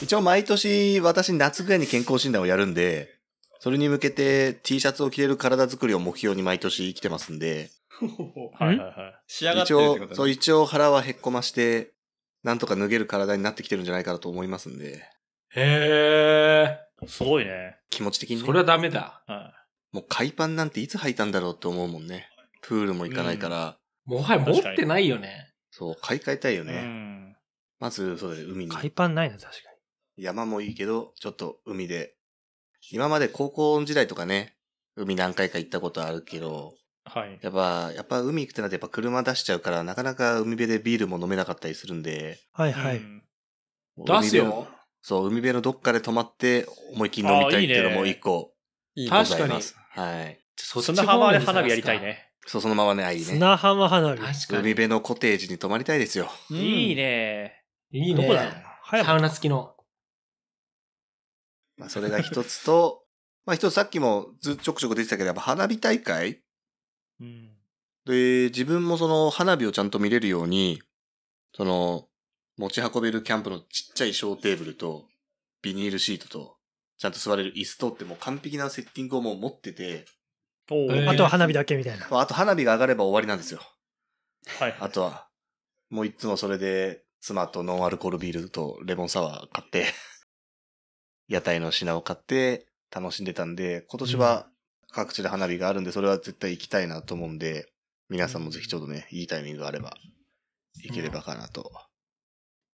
Speaker 2: 一応毎年私夏ぐらいに健康診断をやるんで、それに向けて T シャツを着れる体作りを目標に毎年生きてますんで、
Speaker 4: はいはいはい。
Speaker 5: 仕上がって
Speaker 2: 一
Speaker 5: るって
Speaker 2: 応
Speaker 5: こ、と
Speaker 2: そう、
Speaker 5: ね
Speaker 2: 一応腹はへっこまして、なんとか脱げる体になってきてるんじゃないかなと思いますんで、
Speaker 1: へ
Speaker 4: すごいね。
Speaker 2: 気持ち的
Speaker 1: え。
Speaker 2: に、
Speaker 1: それ
Speaker 2: ね、
Speaker 1: はダメだ。
Speaker 4: は
Speaker 2: もう海パンなんていつ履いたんだろうって思うもんね。プールも行かないから、
Speaker 1: もはや持ってないよね。
Speaker 2: そう、買い替えたいよ
Speaker 4: い。
Speaker 2: ね。
Speaker 4: うん。
Speaker 2: まず、そうだね、海に。
Speaker 3: 海パンないな、確か
Speaker 2: 山もいいけど、ちょっと海で。今まで高校時代とかね、海何回か行ったことあるけど、
Speaker 4: はい。
Speaker 2: やっぱ、やっぱ海行くってなってやっぱ車出しちゃうから、なかなか海辺でビールも飲めなかったりするんで、
Speaker 3: に。はいはい。
Speaker 4: うん
Speaker 1: 出す
Speaker 2: 海辺
Speaker 1: よ
Speaker 2: の。。そう、海辺のどっかで泊まって、思いっきり飲みたいっていうのも一個
Speaker 5: いい
Speaker 2: ご
Speaker 1: 確
Speaker 2: ざ
Speaker 1: か
Speaker 2: い
Speaker 1: に
Speaker 2: ます。はい。
Speaker 1: そ
Speaker 4: 砂浜で花火やりたい。ね。
Speaker 2: そう、そのままね、あ、いいね。
Speaker 3: 砂浜花火。
Speaker 1: 確か
Speaker 2: 海
Speaker 1: に。
Speaker 2: 辺のコテージに泊まりたいですよ。
Speaker 5: うん
Speaker 4: いいね。
Speaker 1: いい
Speaker 3: ど
Speaker 1: ね。
Speaker 3: こだろう
Speaker 1: サ
Speaker 3: 早
Speaker 1: ウ
Speaker 3: く。
Speaker 1: ナ付きの。
Speaker 2: まあ、それが一つと、まあ、一つさっきもずっとちょくちょく出てたけど、やっぱ花火大会
Speaker 4: うん。
Speaker 2: で、自分もその花火をちゃんと見れるように、その、持ち運べるキャンプのちっちゃい小テーブルと、ビニールシートと、ちゃんと座れる椅子とってもう完璧なセッティングをもう持ってて、
Speaker 4: お
Speaker 1: え
Speaker 4: ー
Speaker 1: ー
Speaker 3: あとは花火だけみたいな。
Speaker 2: まああと花火が上がれば終わりなんですよ。
Speaker 4: はい。
Speaker 2: あとは、もういつもそれで、妻とノンアルコールビールとレモンサワー買って、 屋台の品を買って楽しんでたんで、今年は各地で花火があるんで、それは絶対行きたいなと思うんで、皆さんもぜひちょうどね、いいタイミングがあれば、行ければかなと。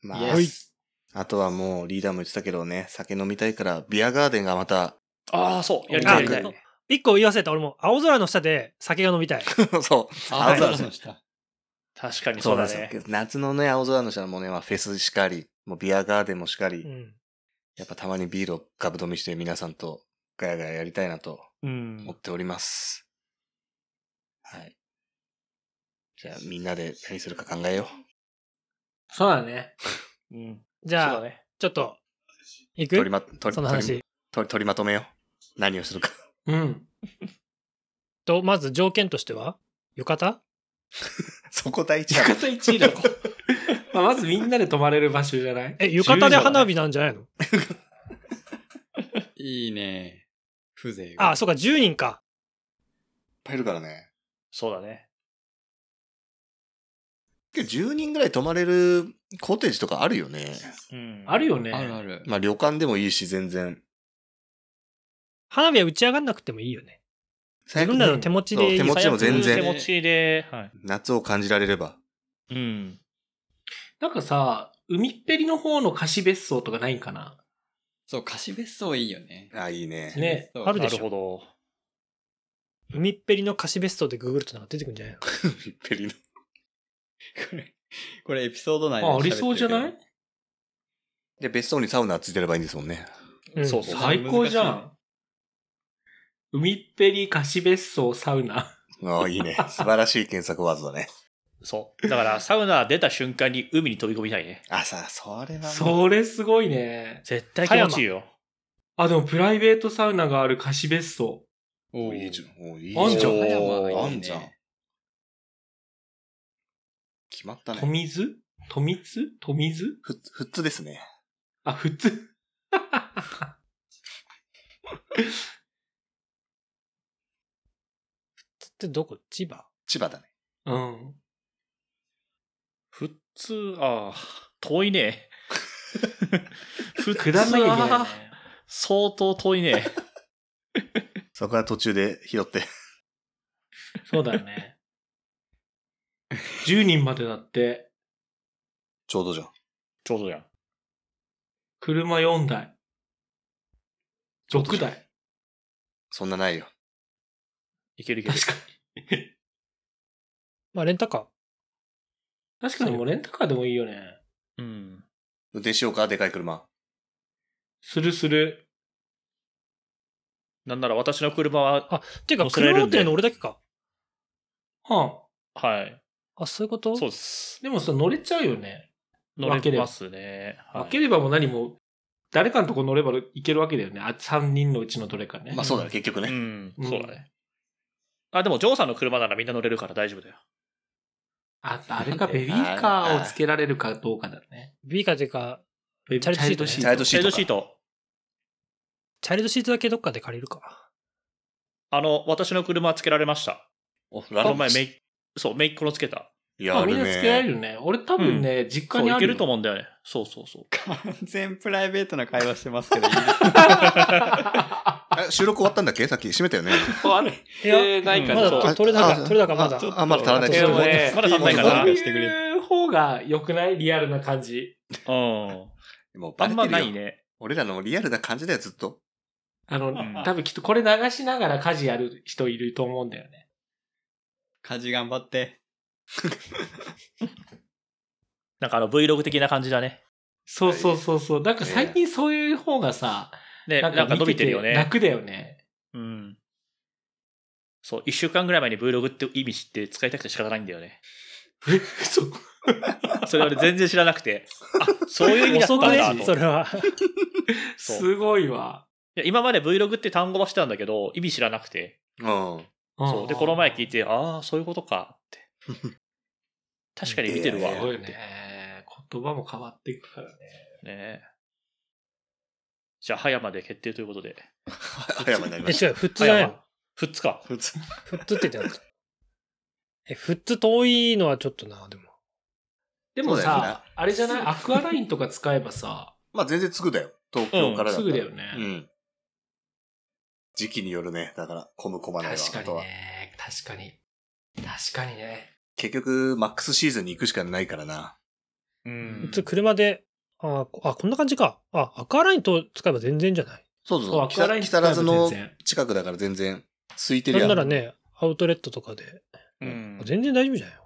Speaker 2: まあ、
Speaker 1: イエス。
Speaker 2: あとはもうリーダーも言ってたけどね、酒飲みたいから、ビアガーデンがまた、
Speaker 4: ああ、そう。やりたい、やりたい。
Speaker 3: あ一個言い忘れた、俺も。青空の下で酒が飲み たい。
Speaker 2: そう、
Speaker 5: 青
Speaker 2: 青
Speaker 5: 空
Speaker 2: 空
Speaker 5: の下。
Speaker 4: 確かにそうだ
Speaker 2: なん
Speaker 4: ね
Speaker 2: です。よ夏のね、青空の下もね、まあ、フェスしかり、もうビアガーデンもしかり、
Speaker 3: うん。
Speaker 2: やっぱたまにビールをガブ飲みして皆さんとガヤガヤやりたいなと
Speaker 4: うん
Speaker 2: 思っております。はい。じゃあみんなで何するか考えよ
Speaker 1: そうだね。
Speaker 4: うん。そう
Speaker 3: じ
Speaker 4: だ
Speaker 3: ゃあ、
Speaker 4: ね。
Speaker 3: ちょっと、行
Speaker 2: う。取り
Speaker 3: く
Speaker 2: ま、取り、
Speaker 3: その
Speaker 2: 取り
Speaker 3: 話。
Speaker 2: 取り取りまとめよう。何をするか。
Speaker 1: うん。
Speaker 3: と、まず条件としては、浴衣
Speaker 2: そこ第一
Speaker 1: 浴
Speaker 2: だ。
Speaker 1: 衣1位だろ。 まあまずみんなで泊まれる場所じゃない
Speaker 3: え、浴衣で花
Speaker 1: 火。
Speaker 3: 火なんじゃないの
Speaker 5: いいね。風情が。
Speaker 3: あ、そうか、10人か。
Speaker 2: ぱいいるからね。
Speaker 4: そうだね。
Speaker 2: 10人ぐらい泊まれるコテージとかあるよね。
Speaker 4: うん
Speaker 1: あるよね。
Speaker 5: あるある。
Speaker 2: まあ旅館でもいいし、全然。
Speaker 3: 花火は打ち上がんなくてもいいよね。自分らの手持ちでいい
Speaker 2: そう手持ちでも全
Speaker 4: 手
Speaker 2: 然
Speaker 4: 持ちで、はい。
Speaker 2: 夏を感じられれば。
Speaker 4: うん。
Speaker 1: なんかさ、海っぺりの方の貸し別荘とかないんかな
Speaker 5: そう、貸別荘いいよね。
Speaker 2: あ、いいね。
Speaker 1: ね。
Speaker 5: そう
Speaker 3: あるで
Speaker 4: な
Speaker 3: しょ
Speaker 4: るほど。
Speaker 3: 海っぺりの貸し別荘でググるとなんか出てくるんじゃないの
Speaker 2: ピッペリの。
Speaker 5: これ、これエピソード内で
Speaker 1: あ、ありそうじゃ
Speaker 5: 喋
Speaker 1: な
Speaker 5: って
Speaker 1: い
Speaker 5: る
Speaker 2: で、別荘にサウナついてればいいんですもんね。
Speaker 3: ん
Speaker 4: そうそう
Speaker 1: 最高じゃん。海っぺり貸し別荘サウナ。
Speaker 2: ああ、いいね。素晴らしい検索ワードだね。
Speaker 4: そう。だから、サウナ出た瞬間に海に飛び込みたいね。
Speaker 2: あ、さ、それはもう。
Speaker 1: それすごいね。
Speaker 4: 絶対気持ちいいよ。
Speaker 1: あ、でもプライベートサウナがある貸し別荘。
Speaker 5: けど。
Speaker 2: いいじゃん。おういい
Speaker 1: あんじゃん
Speaker 2: おう
Speaker 5: 葉山はいいね
Speaker 2: あんじゃん。決まったね。
Speaker 1: 富津富津富津
Speaker 2: ふ、ふっつですね。
Speaker 1: あ、普通。
Speaker 3: つってどこ千葉
Speaker 2: 千葉だね。
Speaker 1: うん。
Speaker 4: 普通、ああ、遠いね。普
Speaker 1: 下らなきゃいけないね
Speaker 4: は相当遠いね。
Speaker 2: そこは途中で拾って。
Speaker 1: そうだよね。10人までだって、
Speaker 2: ちょうどじゃん。
Speaker 4: ちょうどじゃん。
Speaker 1: 車4台。6台。
Speaker 2: そんなないよ。
Speaker 4: いけるいける。
Speaker 1: 確か
Speaker 3: まあレンタカー。
Speaker 1: に。確かにもうレンタカーでもいいよね。
Speaker 4: うん。
Speaker 2: 運転しようか、でかい車。
Speaker 1: するする。
Speaker 4: なんなら私の車は、
Speaker 3: っていうか、
Speaker 4: 乗せられ
Speaker 3: 車
Speaker 4: る
Speaker 3: 持
Speaker 4: ん
Speaker 3: っ
Speaker 4: で
Speaker 3: てるの俺だけか。
Speaker 1: は
Speaker 4: はい。
Speaker 3: あ、そういうこと
Speaker 4: そうです
Speaker 1: ん。。でもさ、乗れちゃうよね。
Speaker 4: 乗れますね。はい
Speaker 1: 分ければも何も、誰かのとこ乗ればいけるわけだよね。あ、3人のうちのどれかね。
Speaker 2: まあそうだね、結局
Speaker 4: う
Speaker 2: ね。
Speaker 4: ん、
Speaker 1: うん
Speaker 4: そうだね。あ、でも、ジョーさんの車ならみんな乗れるから大丈夫だよ。
Speaker 1: あ、あれか、ベビーカーをつけられるかどうかだね。
Speaker 3: ビーカーっていうか、
Speaker 1: ベビー
Speaker 3: チャイルドシ
Speaker 2: チャイルドシ
Speaker 4: シ
Speaker 2: ー
Speaker 4: ー
Speaker 2: ト
Speaker 4: ト
Speaker 2: か。
Speaker 4: シート。
Speaker 3: チャイルドシートだけどっかで借りるか。
Speaker 4: あの、私の車つけられました。
Speaker 2: お
Speaker 4: こ
Speaker 2: ラ
Speaker 4: の
Speaker 2: ロ
Speaker 4: 前、めい、そう、めいっ子のつけた。
Speaker 2: や
Speaker 1: まあ
Speaker 2: る
Speaker 1: みんなつけられ
Speaker 2: ね。
Speaker 1: るよね。俺多分ね、実
Speaker 4: そ
Speaker 1: 家
Speaker 4: う、
Speaker 1: に
Speaker 4: い
Speaker 1: あ
Speaker 4: け
Speaker 1: る
Speaker 4: ると
Speaker 1: よ。
Speaker 4: 思うんだよね。そうそうそう。
Speaker 5: 完全プライベートな会話してますけど、いいです
Speaker 2: あ収録終わったんだっけさっき閉めたよ ね。
Speaker 1: あれ
Speaker 3: い
Speaker 1: えー、ない
Speaker 4: うん
Speaker 1: か
Speaker 3: ま
Speaker 1: な
Speaker 3: だ
Speaker 4: そう
Speaker 3: と取れ高
Speaker 2: ああ
Speaker 3: 取れ高まだ。
Speaker 2: ああまだ足らない
Speaker 3: ち
Speaker 1: で
Speaker 3: ょっ
Speaker 1: も
Speaker 3: と
Speaker 1: ね、
Speaker 4: まだ足んないかな
Speaker 1: そういう方が良くないリアルな感じ。
Speaker 4: うん。
Speaker 2: もう
Speaker 4: あ
Speaker 2: バレて
Speaker 4: んま
Speaker 2: るよ
Speaker 4: ないね。
Speaker 2: 俺らのリアルな感じだよ、ずっと。
Speaker 1: あの、
Speaker 4: ん
Speaker 1: 多分きっとこれ流しながら家事やる人いると思うんだよね。
Speaker 5: 家事頑張って。
Speaker 4: なんかあの Vlog 的な感じだね。
Speaker 1: そうそうそうそう。なんか最近そういう方がさ、
Speaker 4: ね、なんか伸びてるよね。
Speaker 1: 楽だよね。
Speaker 4: うん。そう、一週間ぐらい前に Vlog って意味知って使いたくて仕方ないんだよ ね。
Speaker 1: え、そう。
Speaker 4: それ俺全然知らなくて。あ、そういう意味だったん
Speaker 3: 遅く
Speaker 4: だと思っ
Speaker 3: ね、
Speaker 4: て。
Speaker 3: それは。
Speaker 4: そう
Speaker 1: すごいわ。
Speaker 4: いや今まで Vlog って単語はしてたんだけど、意味知らなくて。
Speaker 2: うん。
Speaker 4: そう。で、この前聞いて、ああ、そういうことかって。 確かに見てるわ。
Speaker 2: え
Speaker 1: す
Speaker 2: ー
Speaker 1: ごいね。言葉も変わっていくからね。
Speaker 4: ねじゃあ、葉山で決定ということで。
Speaker 2: 葉山になりま
Speaker 3: え、
Speaker 2: した。
Speaker 3: 違う、普通
Speaker 4: 葉
Speaker 3: じゃないの
Speaker 4: 山。ふっつか。
Speaker 2: 普通
Speaker 3: 普通って言ってなかった。え、普通遠いのはちょっとな、でも。
Speaker 1: でも
Speaker 2: そうだよね
Speaker 1: さ、あれじゃ ないアクアラインとか使えばさ、
Speaker 2: まあ全然すぐだよ。東京からだったら
Speaker 1: すぐだよね。
Speaker 2: うん。時期によるね。だから、混む混まないは。
Speaker 1: 確
Speaker 2: あ
Speaker 1: か
Speaker 2: と
Speaker 1: に
Speaker 2: は。
Speaker 1: ね。確かに。確かにね。
Speaker 2: 結局、マックスシーズンに行くしかないからな。
Speaker 4: うん
Speaker 3: 普通車で、あこあ、こんな感じか。あ、アクアラインと使えば全然じゃない。
Speaker 2: そう
Speaker 1: そ
Speaker 2: そう
Speaker 1: う、
Speaker 2: そう。
Speaker 1: ア
Speaker 2: 木
Speaker 1: クアライン
Speaker 2: 更木
Speaker 1: 使え
Speaker 2: 更
Speaker 1: ば全
Speaker 2: 津の
Speaker 1: 然。
Speaker 2: 近くだから全然、空いてる
Speaker 3: な
Speaker 2: や
Speaker 3: ん
Speaker 2: ん。
Speaker 3: ならね、アウトレットとかで。
Speaker 4: うん
Speaker 3: 全然大丈夫じゃない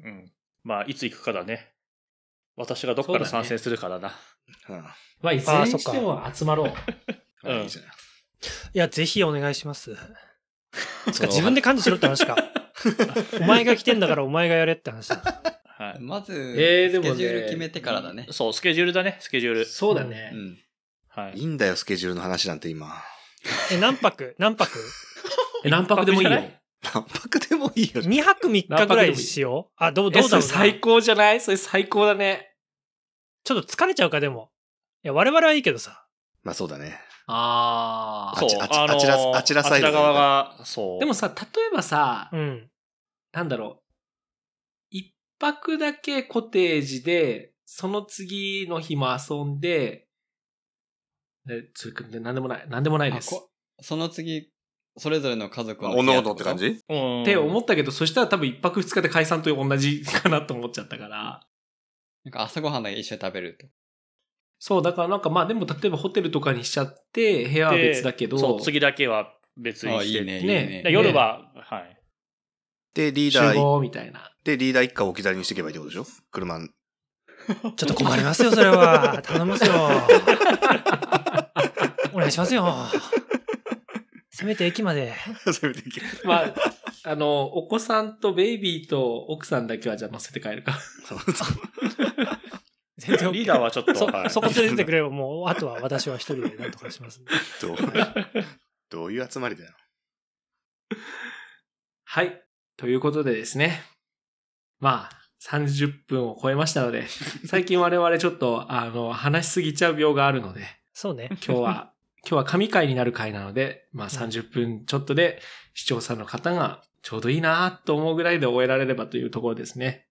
Speaker 4: うん。まあ、いつ行くかだね。私がどっから参戦するからな。
Speaker 2: うん。
Speaker 1: まあ、いずれにしても集まろう。
Speaker 2: あ
Speaker 4: うん
Speaker 2: いいじゃん。
Speaker 3: いや、ぜひお願いします。つ
Speaker 2: その
Speaker 3: か自分で管理しろって話か。お前が来てんだからお前がやれって話だ。
Speaker 4: はい。
Speaker 5: まず、
Speaker 1: えーで
Speaker 5: ス
Speaker 1: もね
Speaker 5: ケジュール決めてからだね。
Speaker 4: そう、スケジュールだね、スケジュール。
Speaker 1: そうだね
Speaker 2: う。ん。
Speaker 4: はいい。
Speaker 2: いんだよ、スケジュールの話なんて今。
Speaker 3: え、何泊何泊
Speaker 1: え何泊でもいいよ。
Speaker 4: 一泊じゃ
Speaker 2: 何泊でもいいよ。
Speaker 3: ?2 泊3日ぐらいしよう。あ、どう、どう
Speaker 1: え
Speaker 3: だ
Speaker 1: そ
Speaker 3: ろう
Speaker 1: れ
Speaker 3: な
Speaker 1: 最高じゃないそれ最高だね。
Speaker 3: ちょっと疲れちゃうか、でも。いや、我々はいいけどさ。
Speaker 2: まあそうだね。
Speaker 1: あ
Speaker 2: ー
Speaker 4: そう、
Speaker 2: あち
Speaker 4: あの
Speaker 2: あちらあちらサイド
Speaker 4: あちら側が、そう。
Speaker 1: でも、さ、例えばさ
Speaker 3: う、ん。
Speaker 1: なんだろう。一泊だけコテージで、その次の日も遊んで、で、つうくんで何でもない、何でもないです。
Speaker 5: あこその次、それぞれの家族の部
Speaker 2: お
Speaker 5: 屋
Speaker 2: のおのって感じ
Speaker 4: うん。
Speaker 1: って思ったけど、そしたら多分一泊二日で解散と同じかなと思っちゃったから。
Speaker 5: なんか朝ごはんだけ一緒に食べると。
Speaker 1: そう、だからなんかまあでも例えばホテルとかにしちゃって、部屋は
Speaker 4: で
Speaker 1: 別だけど、
Speaker 4: そう、次だけは別に
Speaker 5: あ、
Speaker 4: し
Speaker 5: い
Speaker 4: て。
Speaker 5: いね、いい
Speaker 1: ね
Speaker 5: ね。
Speaker 4: で夜は、はい。
Speaker 2: で、リー
Speaker 1: 集
Speaker 2: ダー、
Speaker 1: 合みたいな。
Speaker 2: で、リーダー一家を置き去りにしていけばいいってことでしょ車ん。
Speaker 3: ちょっと困りますよ、それは。頼みます よ。お願いしますよ。せめて駅まで。
Speaker 2: せめていけ。
Speaker 1: まあ、あの、お子さんとベイビーと奥さんだけはじゃあ乗せて帰るか。
Speaker 2: そうそう
Speaker 3: 全然 OK
Speaker 4: リーダーはちょっと、
Speaker 3: そ
Speaker 4: はい
Speaker 3: そこ連れてってくれれば、もう、あとは私は一人で何とかしますんで。
Speaker 2: どう どういう集まりだよ。
Speaker 1: はい。ということでですね。まあ、30分を超えましたの で、最近我々ちょっと、あの、話しすぎちゃう病があるので、
Speaker 3: そうね。
Speaker 1: 今日 は、今日は神回になる回なので、まあ30分ちょっとで視聴者の方がちょうどいいなと思うぐらいで終えられればというところですね。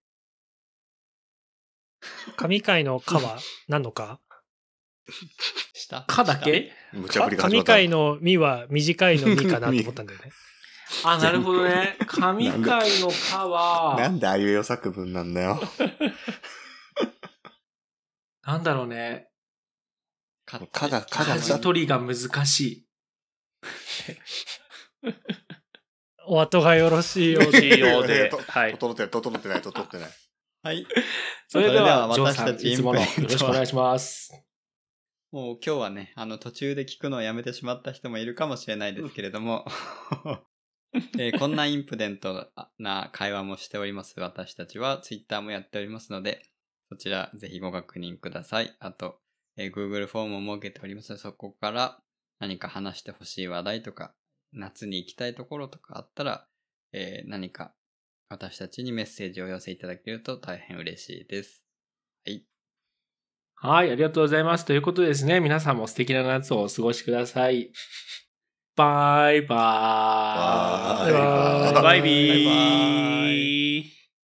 Speaker 3: 神回の「か」は何のか
Speaker 5: 下
Speaker 1: かだけ
Speaker 2: 無茶ぶりが始ま
Speaker 3: 神
Speaker 2: った。
Speaker 3: 回の「み」は短いの「み」かなと思ったんだ よね。
Speaker 1: あ、なるほどね。神回のか
Speaker 2: な
Speaker 1: は、
Speaker 2: んでああいう予作文なんだよ。
Speaker 1: なんだろうね。
Speaker 5: かって
Speaker 2: かだかだ
Speaker 1: 舵取りが難しい。
Speaker 3: お後がよろしいようで。
Speaker 4: TO で
Speaker 2: と、
Speaker 4: はい。
Speaker 2: 整ってない、整ってない、整ってない。
Speaker 5: はい。
Speaker 1: それでは、ジョー
Speaker 5: 私
Speaker 1: さん、
Speaker 5: たち
Speaker 1: いつもの
Speaker 5: イ
Speaker 1: よ
Speaker 5: ンプット
Speaker 1: ろしく
Speaker 5: は
Speaker 1: お願いします。
Speaker 5: もう今日はね、あの途中で聞くのをやめてしまった人もいるかもしれないですけれども、えーこんなインプデントな会話もしております。私たちは Twitter もやっておりますので、そちらぜひご確認ください。あと、えー Google フォームを設けておりますので、そこから何か話してほしい話題とか、夏に行きたいところとかあったら、えー何か私たちにメッセージをお寄せいただけると大変嬉しいです。
Speaker 1: はい、ありがとうございます。ということでですね、皆さんも素敵な夏をお過ごしください。バイバーイ。
Speaker 3: バイバーイ
Speaker 4: バイビ
Speaker 3: バイバ
Speaker 4: ー。